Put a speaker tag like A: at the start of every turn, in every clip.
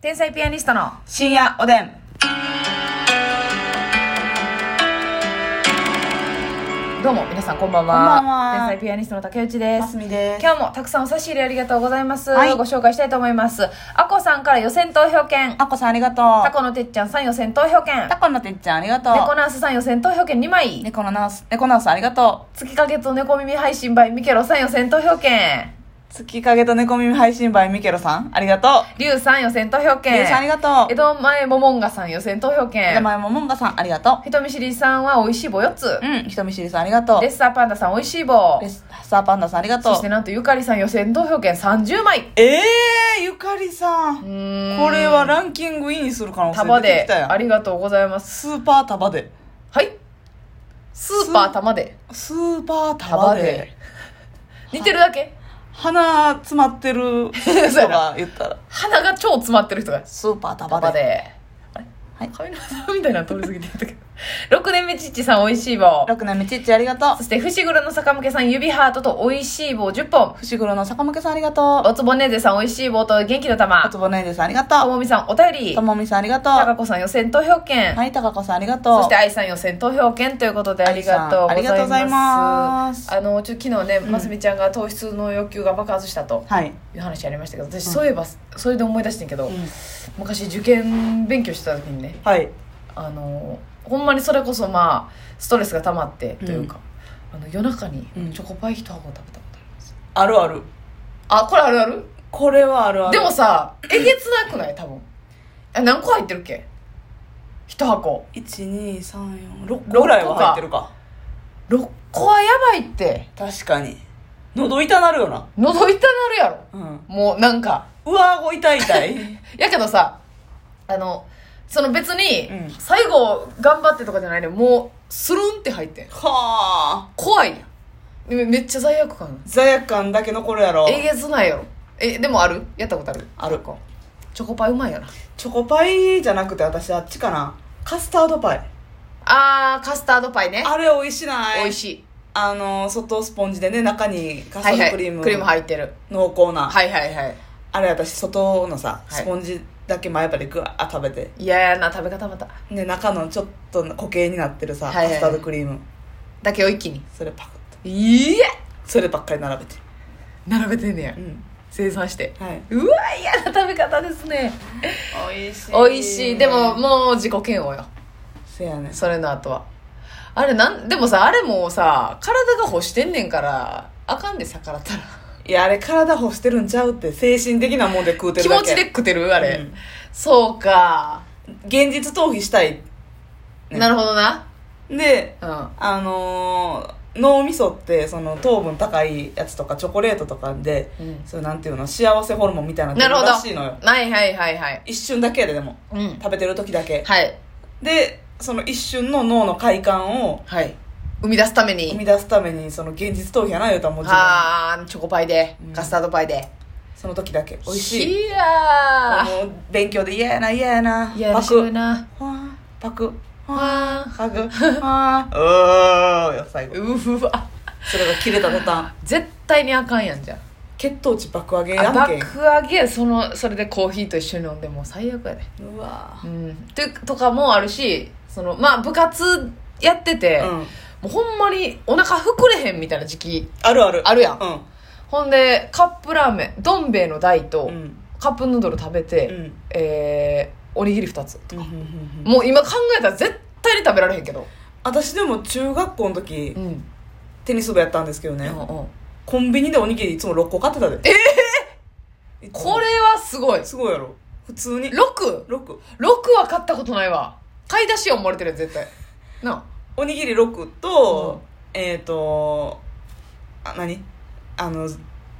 A: 天才ピアニストの
B: 深夜おでん。
A: どうも皆さんこんばんは
B: こんばんは
A: 天才ピアニストの竹内です
B: みで
A: 今日もたくさんお差し入れありがとうございます、
B: はい
A: ご紹介したいと思いますあこさんから予選投票券
B: あこさんありがと
A: タ
B: う。
A: コのてっちゃんさん予選投票券
B: タコのてっちゃんありがとう。
A: 猫ナースさん予選投票券2枚
B: 猫のナース、猫ナースありがと
A: 月影と猫耳配信 by ミケロさん予選投票券
B: う。月影と猫耳配信 by ミケロさんありがと
A: リュウさん予選投票
B: う。
A: 券
B: ケイさんありがと
A: 江戸前ももんがさん予選投票
B: う。
A: 券
B: 名前ももんがさんありがと
A: 人見知りさんは美味しい棒4つ
B: う。うん、人見知りさんありがとう。
A: レッサーパンダさん美味しい棒
B: レスサーパンダさんありがと
A: そうして。なんとゆかりさん予選投票券30枚
B: えー、ゆかりさん。
A: ーん
B: これはランキングインする可能
A: 束
B: 性出て
A: で
B: きたや
A: あ
B: ん。
A: りがとうございます
B: スーパー束で。
A: はいスーパー玉で
B: スーパー束
A: 束
B: で
A: で。 似てるだけ
B: 鼻詰まってる人が 言ったら。
A: 鼻が超詰まってる人が
B: スーパー束
A: 束
B: で。
A: であれ
B: はい
A: 髪の毛みたいなの通り過ぎてたけど 6年目ちっちさん美味しい棒
B: 六年目ちっちありがとう
A: そ。して伏黒の坂向けさん指ハートと美味しい棒10本
B: 伏黒の坂本さんありがとう。
A: おつぼねーぜさん美味しい棒と元気の
B: あ
A: 玉
B: つぼねいでさんありが
A: と
B: と
A: もみさんお便
B: う。
A: り
B: ともみさんありがと
A: たか
B: う。
A: こさん予選投票券
B: はい、たかこさんありがと
A: そ
B: う。
A: して愛さん予選投票券ということでありがとうございます
B: 愛さんありがとうございます
A: あのちょっと昨日ねますみちゃんが糖質の欲求が爆発したと
B: はい。
A: いう話ありましたけど私そういえばそれで思い出してんけど、
B: うん
A: 昔受験勉強してた時にね
B: はい。
A: あのほんまにそれこそまあストレスが溜まってというか、あの夜中に
B: うん
A: チョコパイ一箱食べたことあります、
B: あるある。
A: あこれあるある
B: これはあるあ
A: で
B: る。
A: も、さえげつなくない多分あ何個入ってるっけ一箱
B: 1、2、3、4、6個ぐらいは入ってるか。
A: 6個はやばいって
B: 確かに。喉痛なるよな。
A: 喉痛なるやろ
B: うん。
A: もうなんか
B: 上顎痛い痛 い。
A: やけどさあのその別に
B: うん
A: 最後頑張ってとかじゃないねもうスルンって入ってん
B: はあ。
A: 怖いやんでめめっちゃ罪悪感
B: 罪悪感だけ残るやろ。
A: えげつないやろえでもあるやったことある
B: あるか。
A: チョコパイうまいよな
B: チョコパイじゃなくて私あっちかな。カスタードパイ。
A: あーカスタードパイね
B: あれ美味しない
A: 美味しい
B: あの、外スポンジでね、中にカスタ
A: はいは
B: ード
A: い
B: クリーム。
A: クリーム入ってる
B: 濃厚な。
A: はいはいはい
B: あれ私外のさ
A: はい
B: スポンジだけ前歯でグワー食べて、
A: 嫌やな食べ方また
B: で中のちょっと固形になってるさ、
A: はいはいはい
B: カスタードクリーム
A: だけを一気に
B: それパクッと
A: いや
B: そればっかり並べて
A: 並べてんねや
B: うん
A: 生産して
B: はいう
A: わ嫌な食べ方ですね
B: 美味し
A: 美味しいでももう自己嫌悪よ
B: せやねん
A: それの後はあれなんでもさあれもさ体が欲してんねんからあかんで逆らったら
B: いやあれ体干してるんちゃうって精神的なもんで食うて
A: 気
B: るだ
A: 持
B: け
A: ちで食ってるあれ、
B: うん
A: そうか、
B: 現実逃避したいね
A: なるほどな
B: で
A: うんは
B: あのー脳みそってその糖分高いやつとかチョコレートとかで、
A: うん
B: そうなんていうの幸せホルモンみたいなの出
A: なるほど
B: らしいのよ
A: いはいはいはい
B: 一瞬だけやででも
A: うん
B: 食べてる時だけ
A: はい
B: でその一瞬の脳の快感を
A: はい生み出すため
B: 生み
A: に
B: 出すためにその現実逃避やな言うたらもう自分
A: あーチョコパイで、
B: うん
A: カスタードパイで
B: その時だけ美味しい
A: いや
B: もう勉強で嫌やな嫌やな
A: ーいや
B: パ
A: 面白
B: ク
A: いな
B: ほわパクほわ
A: わ
B: ハグほわうーよ最後
A: うわ
B: それが切れた途端
A: 絶対にあかんやんじゃん
B: 血糖値爆上げや
A: あ
B: んけん
A: 爆上げそのそれでコーヒーと一緒に飲んでもう最悪やで、
B: うわ
A: うん、てとかもあるしそのまあ部活やってて、
B: う
A: も
B: ん
A: うほんまにお腹膨れへんみたいな時期
B: あるある
A: あるやん、
B: うん
A: ほんでカップラーメンどん兵衛の大と
B: うん
A: カップヌードル食べて、
B: うん
A: えーおにぎり2つ
B: うんうんうん
A: もう今考えたら絶対に食べられへんけど
B: 私でも中学校の時
A: うん、
B: テニス部やったんですけど
A: う
B: ね
A: んうん
B: コンビニでおにぎりいつも6個買ってたでええ
A: これはすごい
B: すごいやろ普通に
A: 6!6
B: 6
A: は買ったことないわ買い出しや思われてるやん絶対な
B: おにぎり6と、えっ、ー、とあ何あの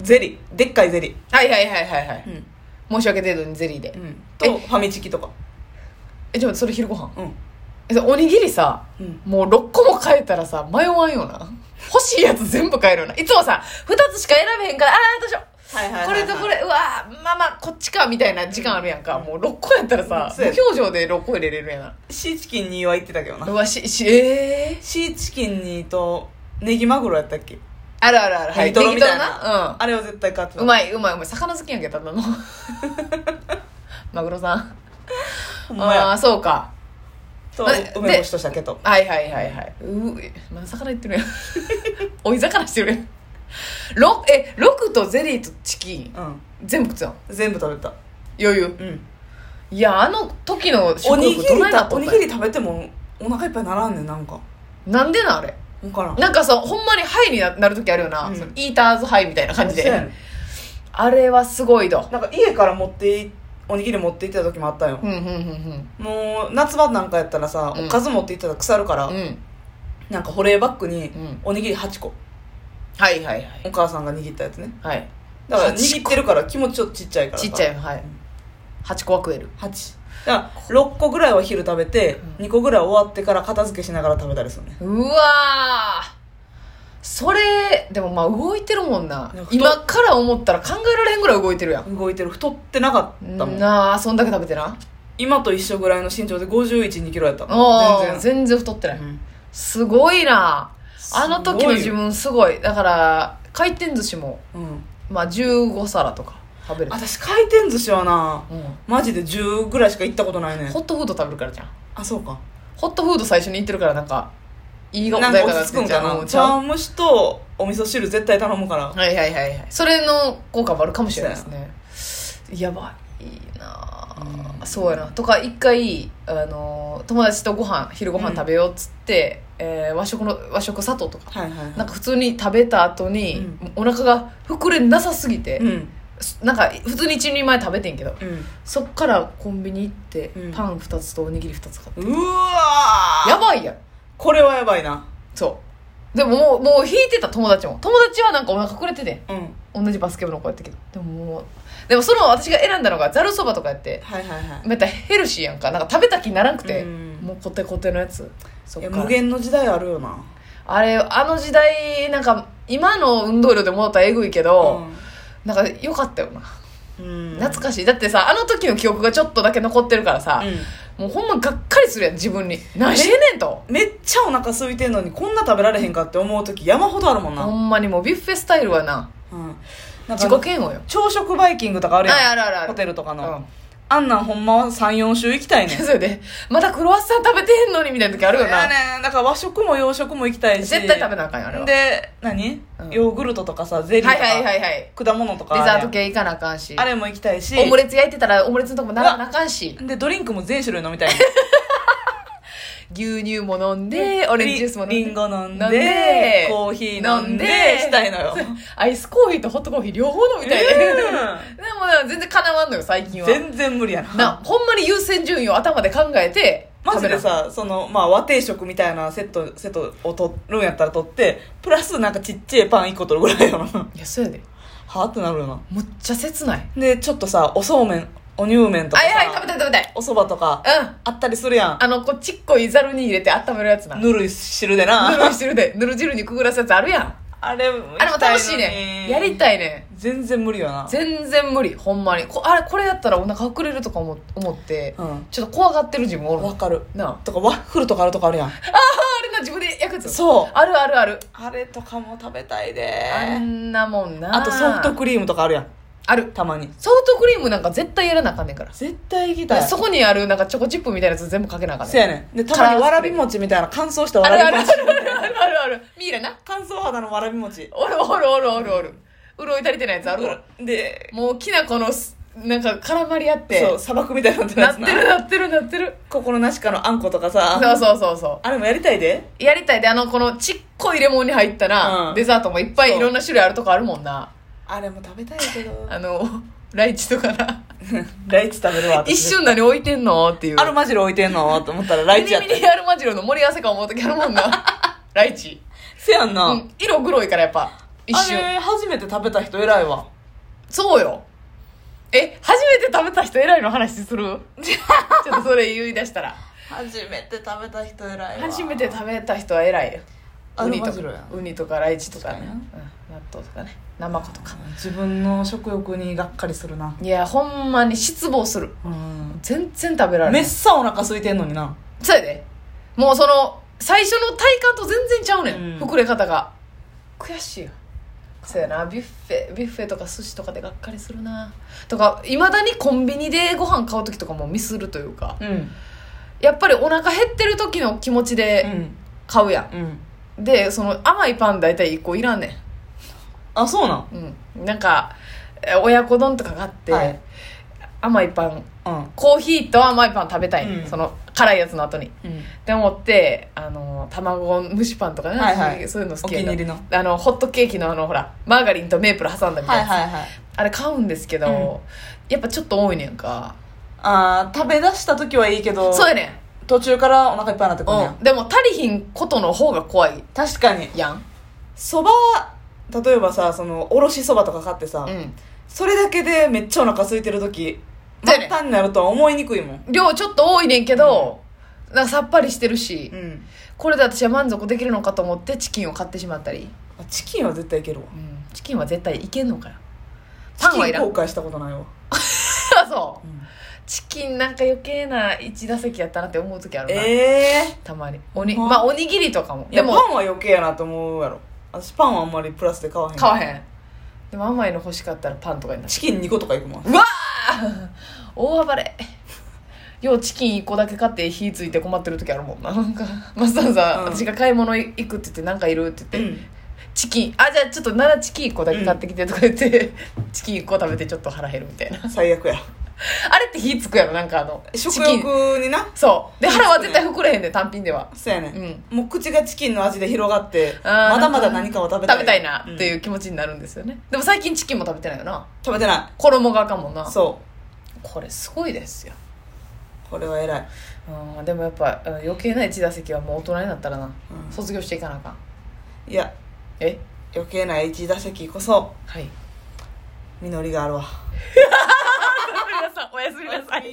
B: ゼリーでっかいゼリ
A: あはいはいはいはいはい
B: ー、うん
A: 申し訳程度にゼリーで
B: と
A: え
B: ファミチキとか
A: えじゃあそれ昼ご飯
B: うん
A: えおにぎりさ
B: うん
A: もう6個も買えたらさ迷わんよな欲しいやつ全部買えるよないつもさ2つしか選べへんからああどうしよう
B: はい
A: これとこれうわーまあまあこっちかみたいな時間あるやんか、もう6個やったらさ
B: そう
A: 無
B: や
A: 表情で6個入れれるやな
B: シーチキンには言ってたけどな
A: うわししえー、
B: シーチキンにとネギマグロやったっけ
A: あるあるあるは
B: ネギ
A: い
B: トロみたい
A: 適当
B: な、
A: うん
B: あれを絶対買ってた
A: うまいうまいうまい魚好きやんけただのマグロさん
B: ほんま
A: ああ
B: や
A: ーそうか
B: と
A: まで
B: 梅干しと鮭と
A: はいはいはいはいうえまだ魚言ってるや ん追い魚してるやんろえロクとゼリーとチキン
B: うん
A: 全部食ってたの
B: 全部食べた
A: 余裕
B: うん
A: いやあの時の
B: お
A: 食
B: にぎ
A: 欲
B: り
A: どないな
B: た
A: っと
B: お
A: っ
B: に
A: たん
B: ぎ
A: や
B: り食べてもお腹いっぱいならんねんなんか
A: なんでなんあれ
B: 分からん
A: なんかさほんまにハイにななる時あるよな、
B: うん
A: そのイーターズハイみたいな感じ
B: そうや
A: で
B: ねん
A: あれはすごいど
B: なんか家から持っていおにぎり持って行ってた時もあったよ
A: うんうんうん
B: もう夏場なんかやったらさ、
A: うん
B: おかず持って行ってたら腐るから、
A: うんうん
B: なんか保冷バッグに
A: うん
B: おにぎり8個
A: はいはいはい
B: お母さんが握ったやつね
A: はい
B: だか
A: 8
B: ら握ってるから気持ちちょっとちっちゃいから
A: ちっちゃ
B: い
A: いのはい8個は食える
B: 8だから6個ぐらいは昼食べて、
A: うん
B: 2個ぐらい終わってから片付けしながら食べたりするね
A: うわーそれでもまあ動いてるもんな
B: なんか太っ
A: 今から思ったら考えられへんぐらい動いてるやん
B: 動いてる太ってなかったもん
A: なあそんだけ食べてな
B: 今と一緒ぐらいの身長で5 1 2キロやった
A: お
B: 全
A: ー
B: 然
A: 全然太ってない、
B: うん
A: すごいなあの時の自
B: すごいよ
A: 分すごいだから回転寿司も
B: うん
A: まあ15皿とか食べる
B: 私回転寿司はな
A: うん
B: マジで10ぐらいしか行ったことないね
A: ホットフード食べるからじゃん
B: あそうか
A: ホットフード最初に行ってるからなんかいいが穏
B: な
A: や
B: んか
A: かに
B: 落
A: な
B: ち
A: っ
B: 着く
A: て
B: ん
A: んじゃ
B: か
A: んう
B: なん
A: ちゃ
B: 茶
A: う
B: 蒸しとお味噌汁絶対頼むから
A: はいはいはいはいそれの効果もあるかもしれないですねやばいなあ、
B: うん
A: そうやなとか一回あの友達とご飯昼ご飯食べようっつって、えー和食の和食佐藤とか
B: はいはいはい
A: なんか普通に食べた後に、お腹が膨れなさすぎて、
B: うん
A: なんか普通に一人前食べてんけど
B: うん
A: そっからコンビニ行って、
B: うん
A: パン2つとおにぎり2つ買って
B: うわー
A: やばいやん
B: これはやばいな
A: そうでももうもう引いてた友達も友達はなんかお腹くれててん
B: うん
A: 同じバスケ部の子やったけどでももうでもその私が選んだのがざるそばとかやって
B: はいはいはい
A: めったらヘルシーやんかなんか食べた気にならんくて、
B: うん
A: もうコテコテのやつそ
B: い
A: っ
B: や
A: か
B: 無
A: ら
B: 限の時代あるよな
A: あれあの時代なんか今の運動量で戻ったらえぐいけど、なんか良かったよな、
B: うん
A: 懐
B: し
A: かしいだってさあの時の記憶がちょっとだけ残ってるからさ、
B: い
A: もうほんまがっかりするやん自分に何してんねんと
B: めっちゃお腹空いてんのにこんな食べられへんかって思う時山ほどあるもんな
A: ほんまにもうビュッフェスタイルはな
B: うんなん
A: 自
B: か
A: 己嫌悪よ
B: 朝食バイキングとかあるやん
A: はいあるあるある
B: ホテルとかの、
A: うん
B: あんなんほんまは34週行きたいねん
A: それでまたクロワッサン食べてへんのにみたいな時あるよ
B: いや
A: な
B: ねだから和食も洋食も行きたいし
A: 絶対食べなあかんよあれは
B: で何、
A: うん
B: ヨーグルトとかさゼリーと
A: はい
B: か、
A: はいはいはい
B: 果物とか
A: デザ
B: あ
A: ー
B: るや
A: ト
B: ん
A: 系いかなあかんし
B: あれも行きたいし
A: オムレツ焼いてたらオムレツのとこもな
B: うわ
A: なあかんし
B: でドリンクも全種類飲みたいね
A: 牛乳も飲んで オレンジジュースも飲んで
B: リンゴ飲んで
A: 飲んで
B: コーヒー飲んでしたいのよ、
A: アイスコーヒーとホットコーヒー両方飲み たいね、 でもな全然かなわんのよ最近
B: うん
A: は
B: 全然無理やな
A: なほんまに優先順位を頭で考えて
B: マジで
A: 食べな
B: さその、まあ、和定食みたいなセットセットを取るんやったら取ってプラスなんかちっちゃいパン1個取るぐらいよな
A: いやそうやで
B: はあってなるよな
A: むっちゃ切ない
B: でちょっとさおそうめんお乳麺とか
A: は
B: さ
A: いはい食べたい食べたい
B: おそばとか
A: うん
B: あったりするやん
A: あのこうちっこいざるに入れて温めるやつなぬ
B: ぬるい汁でな
A: るい汁でぬる汁にくぐらすやつあるやんあ
B: あれあれ
A: れも楽しいねやり
B: い
A: たいね
B: 全然無理よな
A: 全然無理ほんまにこあれこれやったらお腹膨れるとか思思って、
B: うん
A: ちょっと怖がってる自分おるも
B: わ
A: ん
B: かる
A: なあ
B: とかワッフルとかあるとかあるやん
A: あれな自分で焼くやつ
B: そう
A: あるあるある
B: あれとかも食べたいで
A: あんなもんな
B: あとソフトクリームとかあるやん
A: ある
B: たまに
A: ソフトクリームなんか絶対やらなあかんねんから
B: 絶対行きたい
A: そこにあるなんかチョコチップみたいなやつ全部かけなあかん
B: せ
A: ねん
B: やねんでたまにわらび餅みたいな乾燥したわ
A: あるあ
B: ら
A: る
B: び
A: あ
B: 餅
A: るあるあるあるあるミイラな
B: 乾燥肌のわらび餅
A: おるおるおるおるおる潤い足りてないやつあるわ
B: で
A: もうきな粉のすなんか絡まり合って
B: そう砂漠みたいになってる
A: な
B: や
A: っ
B: つ
A: てるなってるなってる
B: 心なしかのあんことかさ
A: そうそうそうそ
B: あれもやりたいで
A: うやりたいであのこのちっこいレモンに入ったら、
B: うん
A: デザートもいっぱい
B: そう
A: いろんな種類あるとこあるもんな
B: あれも食べたいけど
A: あのライチとかな
B: ライチ食べるわ私
A: 一瞬何置いてんのっていう
B: アルマジロ置いてんのと思ったらライチやっ
A: ミ
B: た
A: ニミニアルマジロの盛り合わせか思う時あるもんなライチ、
B: せやんな、
A: うん、色黒いからやっぱ一
B: あ
A: 瞬
B: れ初めて食べた人偉いわ
A: そうよえ初めて食べた人偉いの話するちょっとそれ言い出したら
B: 初めて食べた人偉い
A: 初めて食べた人は偉いよ
B: あ
A: ウニと
B: マ
A: か
B: ジロや
A: ウニとかライチとかね
B: 確かに
A: うん、納豆とかね生子とか
B: 自分の食欲にがっかりするない
A: やほんまに失望する
B: うん
A: 全然食べられな
B: めっ
A: い
B: さお腹空いてんのにな
A: そうやでもうその最初の体感と全然ちゃうねん、
B: うん
A: 膨れ方が悔しいよそうやなビュッフェビュッフェとか寿司とかでがっかりするなとかいまだにコンビニでご飯買う時とかもミスるというか
B: うん
A: やっぱりお腹減ってる時の気持ち
B: う
A: で
B: ん
A: 買うやん、
B: うん
A: でその甘いパン大体1個いらんねん
B: あそうなん
A: うん、なんかえ親子丼とかがあって、
B: はい
A: 甘いパン
B: うん
A: コーヒーと甘いパン食べたいね、
B: うん
A: その辛いやつの後に
B: うん
A: って思ってあの卵蒸しパンとかね、
B: はいはい
A: そういうの好
B: お
A: き
B: 気
A: や
B: に
A: な
B: 入りの
A: あのホットケーキのあのほらマーガリンとメープル挟んだみたい
B: は
A: な、
B: いはいはい
A: あれ買うんですけど、
B: うん
A: やっぱちょっと多いねんか
B: あー食べ出した時はいいけど
A: そうやねん
B: 途中からお腹いっぱいになってくるんや
A: うん、でも足りひんことの方が怖い
B: 確かに
A: やん
B: そば例えばさそのおろしそばとか買ってさ、
A: うん
B: それだけでめっちゃお腹空いてる時
A: そう
B: 末
A: やね
B: 端になるとは思いにくいもん
A: 量ちょっと多いねんけど、なんかさっぱりしてるし、
B: うん
A: これで私は満足できるのかと思ってチキンを買ってしまったり、
B: あチキンは絶対いけるわ
A: うん、チキンは絶対いけんのか よ
B: チ
A: パン
B: キ
A: は
B: ン
A: いらん
B: 後悔したことないわ、
A: あそうチキンなんか余計な1打席やったなって思う時あるな、
B: ええ
A: たまにおに
B: ほん
A: まあおにぎりとかも
B: いや
A: で
B: パン
A: も
B: は余計やなと思うやろ私パンはあんまりプラスで買わへん
A: 買わへんでも甘いの欲しかったらパンとかになる
B: チキン2個とかいくもん
A: うわー大暴れようチキン1個だけ買って火ついて困ってる時あるもんななんかマスターさん、
B: うん
A: 私が買い物行くって言って何かいるって言って、
B: うん
A: チキンあじゃあちょっと奈良チキン1個だけ買ってきてとか言って、チキン1個食べてちょっと腹減るみたいな
B: 最悪や
A: あれって火つくやろなんかあの
B: 食
A: チキン
B: 欲にな
A: そうで
B: 火つくね
A: 腹は絶対膨れへんで単品では
B: そうやね、
A: うん
B: もう口がチキンの味で広がって
A: あー
B: まだまだ何かを食べたい
A: 食べたいなっていううん気持ちになるんですよね、でも最近チキンも食べてないよな
B: 食べてな
A: 衣があかんもんない
B: そ
A: これすごいですよ
B: うこれは偉い、
A: うんでもやっぱうん余計な1打席はもう大人になったらな
B: う
A: 卒業していかなあかん
B: んいや
A: え
B: 余計な1打席こそ
A: はい
B: 実りがあるわ
A: 皆さんおやすみなさい